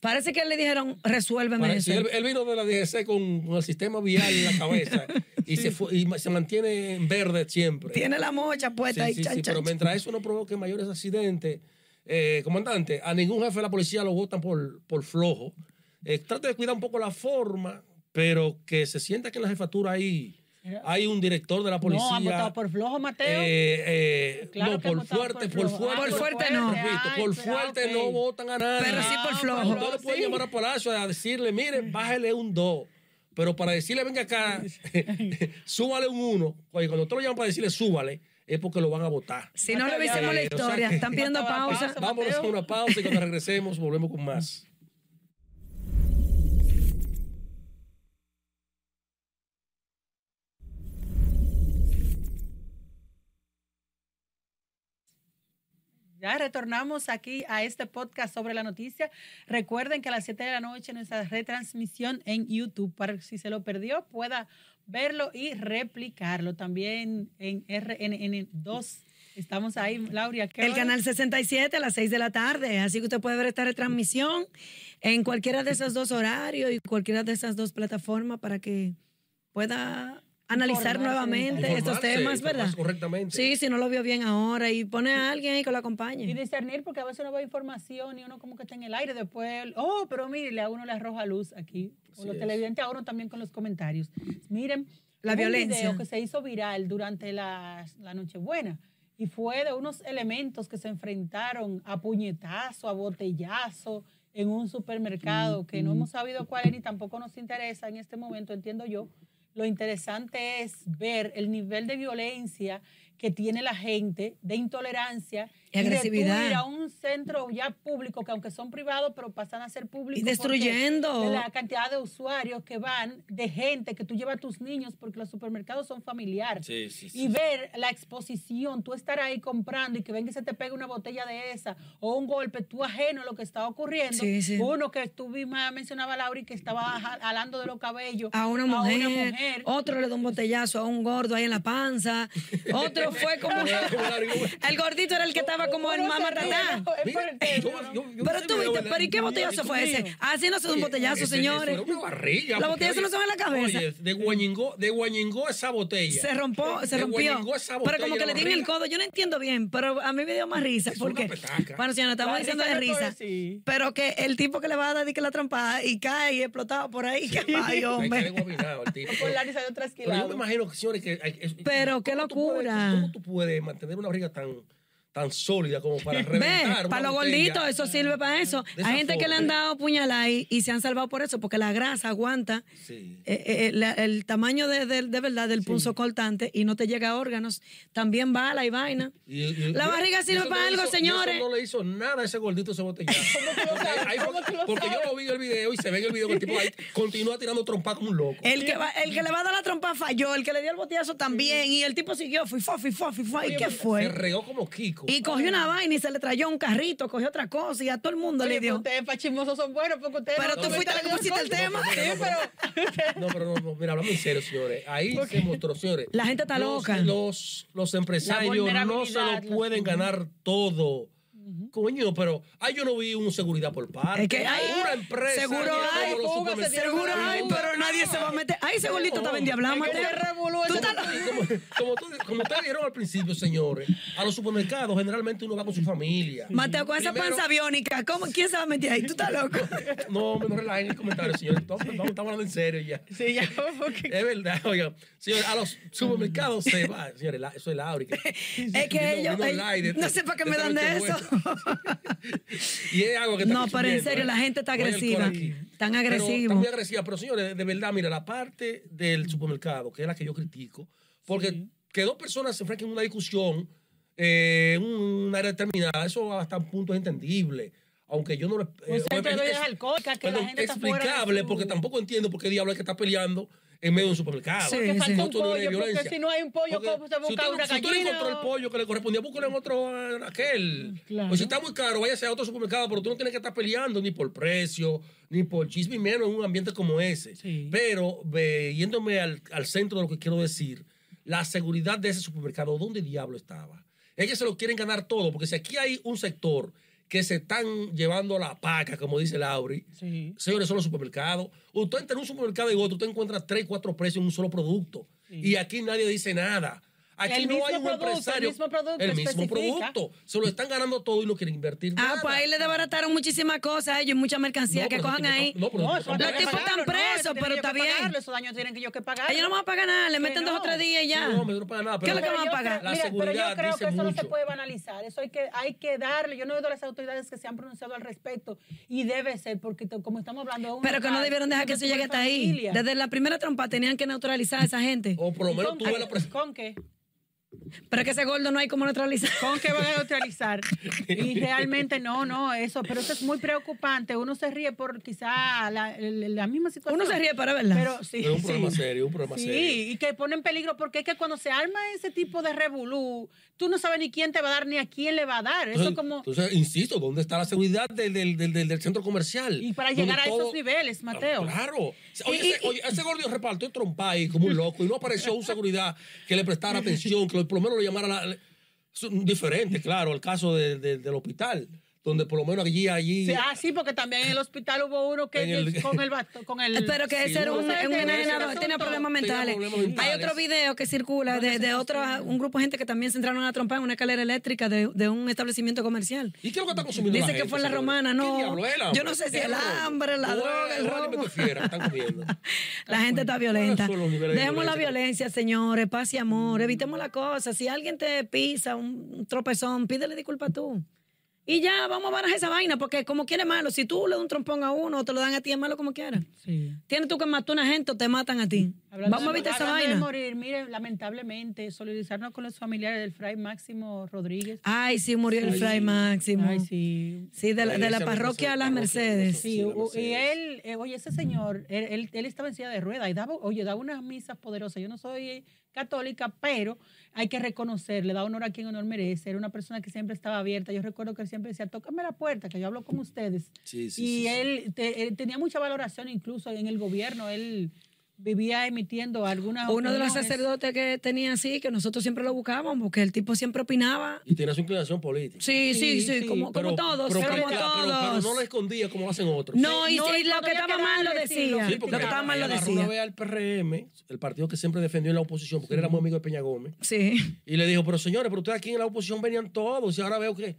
S2: Parece que él le dijeron, resuélveme
S1: Parece-
S2: eso.
S1: él, él vino de la DGC con, con el sistema vial en la
S2: [LAUGHS]
S1: cabeza y, se fue, y ma- se mantiene en verde siempre.
S2: Tiene la mocha
S1: Sí,
S2: puesta ahí,
S1: sí,
S2: chan,
S1: sí,
S2: chan,
S1: pero
S2: chan.
S1: mientras eso no provoque mayores accidentes, eh, comandante, a ningún jefe de la policía lo votan por, por flojo. Eh, trate de cuidar un poco la forma, pero que se sienta que en la jefatura ahí hay un director de la
S3: No,
S1: policía.
S3: han votado por flojo, Mateo.
S1: Eh, eh,
S3: Claro
S1: no,
S3: que han
S1: por
S3: votado
S1: fuerte,
S3: por
S1: por
S3: flojo.
S1: fuerte.
S2: Ah, por fuerte no.
S1: repito,
S3: Ay,
S1: por
S3: espera,
S1: fuerte
S3: ok.
S1: no votan a nadie.
S2: Pero sí por Mm. flojo.
S1: No le pueden
S3: sí.
S1: llamar a Palacio a decirle, mire, bájele un 2. Pero para decirle, venga
S2: [LAUGHS]
S1: acá, [LAUGHS] súbale un 1. Cuando tú lo llaman para decirle, súbale, es porque lo van a votar.
S2: Si no
S3: Mateo,
S2: revisemos la
S1: eh, o sea
S2: historia,
S1: que-
S2: están
S1: [LAUGHS]
S2: pidiendo
S3: Mateo, la
S2: pausa.
S3: pausa.
S1: Vamos a hacer
S3: Mateo.
S1: una pausa y cuando regresemos volvemos con más.
S2: [LAUGHS]
S3: Ya retornamos aquí a este podcast sobre la noticia. Recuerden que a las 7 de la noche nuestra retransmisión en YouTube, para que si se lo perdió pueda verlo y replicarlo. También en RNN2 estamos ahí, Lauria. ¿qué
S2: El
S3: hora?
S2: canal 67 a las 6 de la tarde. Así que usted puede ver esta retransmisión en cualquiera de esos dos horarios y cualquiera de esas dos plataformas para que pueda analizar
S3: Informarse.
S2: nuevamente estos
S1: Informarse,
S2: temas, ¿verdad?
S1: informarse Correctamente.
S2: Sí, si no lo vio bien ahora y pone a alguien ahí que lo
S3: Y
S2: acompañe.
S3: discernir, porque a veces uno ve información y uno como que está en el aire. Después, oh, pero mire, le a uno la roja luz aquí. O
S1: Así
S3: los
S1: es.
S3: televidentes a uno también con los comentarios. Miren,
S2: La
S3: hubo un
S2: violencia.
S3: video que se hizo viral durante la, la Nochebuena. Y fue de unos elementos que se enfrentaron a puñetazo, a botellazo en un supermercado que no hemos sabido cuál es ni tampoco nos interesa en este momento, entiendo yo. Lo interesante es ver el nivel de violencia que tiene la gente, de intolerancia
S2: Y agresividad.
S3: de tú ir a un centro ya público, que aunque son privados, pero pasan a ser públicos.
S2: Y destruyendo.
S3: porque de La cantidad de usuarios que van, de gente que tú llevas a tus niños, porque los supermercados son familiares.
S1: Sí, sí, sí.
S3: Y ver la exposición, tú estar ahí comprando y que venga y se te pegue una botella de esa o un golpe, tú ajeno a lo que está ocurriendo.
S2: Sí, sí.
S3: Uno que tú misma mencionaba, Laura, y que estaba ja- jalando de los cabellos
S2: A una mujer, Oh,
S3: mujer.
S2: otro le da un botellazo a un gordo ahí en
S1: [LAUGHS]
S2: la panza, otro fue como... [LAUGHS] el gordito era el que estaba como en
S3: Uno se
S2: mamá
S3: ríe,
S2: tatá.
S3: ¿no? [LAUGHS] Es por
S1: Mira,
S3: el teléfono,
S1: yo-
S3: ¿no?
S1: yo- yo
S2: Pero
S1: vi
S2: tú
S1: ese
S2: viste,
S1: video,
S2: pero ¿y qué
S1: ¿verdad?
S2: botellazo
S1: Dios
S2: fue ese?
S1: mío.
S2: Así no se da un
S1: Oye,
S2: botellazo,
S1: Eh, ese-
S2: señores.
S1: eso era una barriga.
S2: Las
S1: porque,
S2: botellas no
S1: oye,
S2: son en la cabeza.
S1: Oye, de guañingó, de guañingó esa botella.
S2: Se rompió, se
S1: Le
S2: rompió.
S1: guañigó esa
S2: Pero
S1: botella
S2: como que
S1: en la
S2: le di en el
S1: barriga.
S2: codo, yo no entiendo bien, pero a mí me dio más risa.
S1: Es una
S2: Porque,
S1: petaca.
S2: bueno, si no estamos
S3: La
S2: diciendo de
S3: risa no
S2: risa,
S3: cobre, sí.
S2: pero que el tipo que le va a dar di que la trampada y cae y explotado por ahí. [LAUGHS] Ay,
S1: Ahí queda
S2: hombre.
S1: guabinado el
S2: [LAUGHS]
S1: tipo.
S3: Con la risa de otras que
S1: Pero yo me imagino, que, señores, que... hay- es-
S2: Pero qué
S1: ¿cómo tú puedes-
S2: locura.
S1: ¿Cómo tú puedes mantener una barriga tan, tan sólida como para reventar.
S2: [LAUGHS] Ve,
S1: una
S2: para los
S1: botella.
S2: gorditos, eso sirve para eso.
S1: De esa
S2: Hay gente que le han
S1: forma.
S2: dado puñaladas y, y se han salvado por eso, porque la grasa aguanta
S1: Sí.
S2: eh, eh, la- el tamaño de, de- de verdad del punzo cortante y no te llega a órganos. También bala y vaina.
S1: Y- y-
S2: La
S1: y-
S2: barriga
S1: y
S2: sirve
S1: eso
S2: para
S1: no
S2: algo,
S1: hizo- y
S2: señores.
S1: Eso no le hizo nada a ese gordito ese
S2: [LAUGHS]
S1: botellazo. Ahí fue- porque yo lo vi en el video y se ve en el video que el tipo ahí continúa tirando trompa como un loco.
S2: El que, va- el que le va a dar la trompa falló, el que le dio el botellazo también, y el tipo siguió, fui, fue, fui, fue, fui, fue. ¿Y qué
S1: Se
S2: fue?
S1: reó como Kiko.
S2: Y cogió una vaina y se le trayó un carrito, cogió otra cosa y a todo el mundo
S3: Oye,
S2: le
S3: pero
S2: dio.
S3: ustedes pachimosos son buenos porque ustedes
S2: Pero
S3: no-
S2: tú
S3: no
S2: fuiste la
S3: están
S2: que pusiste el
S3: con-
S2: tema.
S3: Sí, pero
S1: No, pero no, no, mira, hablamos en serio, señores. Ahí se mostró, señores.
S2: La gente está
S1: Los-
S2: loca.
S1: Los, los empresarios
S3: La
S1: no se
S3: vulnerabilidad,
S1: lo
S3: los-
S1: pueden ganar todo. Coño, pero ay, yo no vi un seguridad por parte.
S2: Es que hay-
S1: una empresa.
S2: seguro
S1: que todos
S2: hay,
S1: los
S3: fuga, se
S1: supermercados-
S2: Seguro hay, pero nadie se va a meter. Ay, ese gordito está vendiablado,
S3: Es que
S2: Mateo.
S3: se revolú
S2: Tú
S3: eso.
S2: estás lo-
S1: como, como tú- como ustedes vieron al principio, señores, a los supermercados generalmente uno va con su familia.
S2: Mateo, con esa
S1: Primero-
S2: panza biónica, ¿cómo? ¿quién se va a meter ahí? Tú
S1: [LAUGHS]
S2: estás loco.
S1: No, me no relajen el comentario, señores. Estamos, estamos hablando en serio ya.
S3: Sí, ya, [LAUGHS] porque-
S1: Es verdad, oiga. Señores, a los supermercados se va. Señores, la- eso es la
S2: [LAUGHS]
S1: África.
S2: Es que ellos-
S1: vino
S2: ellos-
S1: online de-
S2: no sé para qué
S1: de
S2: me
S1: esta
S2: dan de eso.
S1: Nochebuena. y es algo que está
S2: No, pero en
S1: consumiendo,
S2: serio,
S1: ¿eh?
S2: la gente está
S1: No hay
S2: agresiva.
S1: alcohol aquí.
S2: Tan
S1: Pero
S2: agresivo.
S1: Está muy agresiva. Pero señores, de verdad, mira, la parte del supermercado, que es la que yo critico, porque que dos personas se enfrenten en una discusión eh, en un área determinada, eso hasta un punto es entendible. Aunque yo no lo... eh,
S3: Un centro de
S1: es-
S3: bebidas alcohólicas que la
S1: perdón,
S3: gente está fuera de
S1: explicable,
S3: su-
S1: porque tampoco entiendo por qué diablo hay que estar peleando en medio de un supermercado.
S2: Sí,
S1: Porque
S2: sí.
S3: falta un
S1: esto no es
S3: pollo,
S1: violencia.
S3: porque si no hay un pollo,
S1: Porque
S3: ¿cómo se
S1: si
S3: busca
S1: usted-
S3: una
S1: Si usted no
S3: gallina? Mm,
S1: encontró el pollo que le correspondía, búsquelo en otro, eh, aquel.
S3: Claro.
S1: O si está muy caro, váyase a otro supermercado, pero tú no tienes que estar peleando ni por precio, ni por chisme, y menos en un ambiente como ese.
S3: Sí.
S1: Pero, ve, yéndome al, al centro de lo que quiero decir, la seguridad de ese supermercado, ¿dónde diablo estaba? Ellos se lo quieren ganar todo, porque si aquí hay un sector que se están llevando la paca, como dice Lauri,
S3: Sí.
S1: Señores, son los supermercados. Usted entra en un supermercado y otro, usted encuentra tres, cuatro precios en un solo producto. Y aquí nadie dice nada. Aquí
S3: El
S1: no hay
S3: mismo
S1: un
S3: producto, el
S1: empresario.
S3: mismo producto,
S1: el mismo
S3: especifica.
S1: producto. Se lo están ganando todo y no quieren invertir
S2: [LAUGHS] Ah,
S1: nada.
S2: pues ahí le desbarataron muchísimas cosas a ellos, mucha mercancía
S1: No,
S2: que
S1: pero
S2: cojan
S1: no,
S2: ahí.
S1: no, pero
S3: No,
S1: no, no,
S3: eso
S2: Los
S3: tienen que
S2: tipos están
S3: pagarlo, no,
S2: presos,
S3: eso tienen
S2: pero
S3: ellos
S2: está
S3: que
S2: bien.
S3: pagarlo, Esos daños tienen que ellos que pagar.
S2: Ellos no van a pagar nada, le
S3: Que
S2: meten dos o
S3: no.
S2: tres días y ya.
S1: No, me no pagan nada.
S2: ¿Qué es lo
S1: pero-
S2: que van a
S3: yo
S2: pagar?
S1: La
S3: creo- mira,
S1: seguridad
S3: pero yo creo
S1: dice
S3: que eso no se
S1: mucho.
S3: puede banalizar. Eso hay que, hay que darle. Yo no veo a las autoridades que se han pronunciado al respecto. Y debe ser, porque to- como estamos hablando... es un
S2: Pero que no
S3: local,
S2: debieron dejar que eso
S3: donde
S2: llegue
S3: tú
S2: hasta
S3: eres
S2: ahí.
S3: familia.
S2: Desde la primera trompa tenían que neutralizar a esa gente.
S1: O por lo menos
S3: ¿Con
S1: tuve
S3: qué?
S1: la presión.
S3: ¿Con qué?
S2: Pero es que ese gordo no hay como neutralizar. [LAUGHS]
S3: ¿Con qué van a neutralizar?
S1: [LAUGHS]
S3: Y realmente no, no, eso, pero eso es muy preocupante. Uno se ríe por quizá la, la- la misma situación.
S2: Uno se ríe para verla.
S3: Pero sí.
S1: Es un problema
S3: sí.
S1: serio, un problema serio.
S3: Sí, y que pone en peligro, porque es que cuando se arma ese tipo de revolú, tú no sabes ni quién te va a dar ni a quién le va a dar. Eso
S1: Entonces,
S3: como.
S1: entonces, insisto, ¿dónde está la seguridad del, del, del, del- del centro comercial?
S3: Y para
S1: Donde
S3: llegar a
S1: todo-
S3: esos niveles, Mateo.
S1: Claro. Oye,
S3: Y-
S1: ese, oye, ese gordo repartió trompa ahí
S2: [LAUGHS]
S1: como un loco y no apareció un seguridad que le prestara atención, que lo- por lo menos lo llamara. la- le- es un- diferente, claro, el caso de- de- del hospital, donde por lo menos allí, allí.
S3: Sí, ah, sí, porque también en el hospital hubo uno que
S1: En el-
S3: con el basto- con el
S2: Pero que ese era
S1: uno
S2: un,
S1: sabe
S2: un
S1: que
S2: enajenado,
S1: ese
S2: tenía
S1: asunto
S2: problemas
S1: tenía
S2: mentales.
S1: problemas mentales.
S2: Hay otro video que circula de, de otro, un grupo de gente que también se entraron a trompar en una escalera eléctrica de, de un establecimiento comercial. [LAUGHS]
S1: ¿Y qué es lo que está consumiendo
S2: Dice
S1: la
S2: que
S1: gente,
S2: fue la
S1: señores?
S2: romana,
S1: ¿Qué
S2: no.
S1: diablo? El hambre.
S2: Yo no sé si
S1: Es
S2: el hambre, la
S1: Bueno,
S2: droga, el
S1: alimento
S2: robo.
S1: de fiera que están
S2: [LAUGHS]
S1: comiendo.
S2: La gente está violenta.
S1: Ah, son los niveles de
S2: Dejemos la
S1: violencia? Mm.
S2: violencia, señores, paz y amor, evitemos la cosa. Si alguien te pisa un un tropezón, pídele disculpas tú. Y ya, vamos a barajar esa vaina, porque como quiere malo, si tú le das un trompón a uno o te lo dan a ti, es malo como quiera.
S3: Sí.
S2: Tienes tú que matar a una gente o te matan a ti.
S3: Hablando
S2: vamos a
S3: de-
S2: evitar esa
S3: hablando de
S2: vaina.
S3: morir, mire, lamentablemente, solidarizarnos con los familiares del fray Máximo Rodríguez.
S2: Ay, sí, murió el Fray Máximo.
S3: Ay, sí.
S2: Sí, de la, de la
S1: Iglesia
S2: parroquia a las
S1: Merced,
S2: Mercedes.
S1: Sí,
S3: Sí,
S1: la
S3: o- y
S1: Mercedes.
S3: él, eh, oye, ese señor, él, él- él estaba en silla de ruedas y daba, oye, daba unas misas poderosas. Yo no soy católica, pero hay que reconocerle, da honor a quien honor merece. Era una persona que siempre estaba abierta. Yo recuerdo que él siempre decía, tócame la puerta, que yo hablo con ustedes.
S1: Sí, sí, sí,
S3: y
S1: sí.
S3: él, te- él tenía mucha valoración incluso en el gobierno. Él vivía emitiendo algunas
S2: Uno de los
S3: opiniones.
S2: sacerdotes que tenía así, que nosotros siempre lo buscábamos, porque el tipo siempre opinaba.
S1: Y tenía su inclinación política.
S2: Sí, sí, sí,
S3: Sí, sí,
S2: como, como
S1: Pero-
S2: todos,
S1: pero
S2: como
S1: critica- pero-
S2: todos.
S1: pero no lo escondía como lo hacen otros.
S2: No, y,
S3: No,
S2: si
S3: y
S2: lo
S3: cuando
S2: que
S3: había
S2: estaba
S3: que
S2: mal lo
S3: darle, sí, lo
S2: decía.
S1: Sí,
S2: lo
S1: porque
S2: que
S3: criticaba.
S2: estaba mal
S1: él
S2: lo
S1: agarró una
S2: decía.
S1: vez al PRM, el partido que siempre defendió en la oposición, porque él era muy amigo de Peña Gómez,
S2: Sí.
S1: y le dijo, pero señores, pero ustedes aquí en la oposición venían todos, y ahora veo que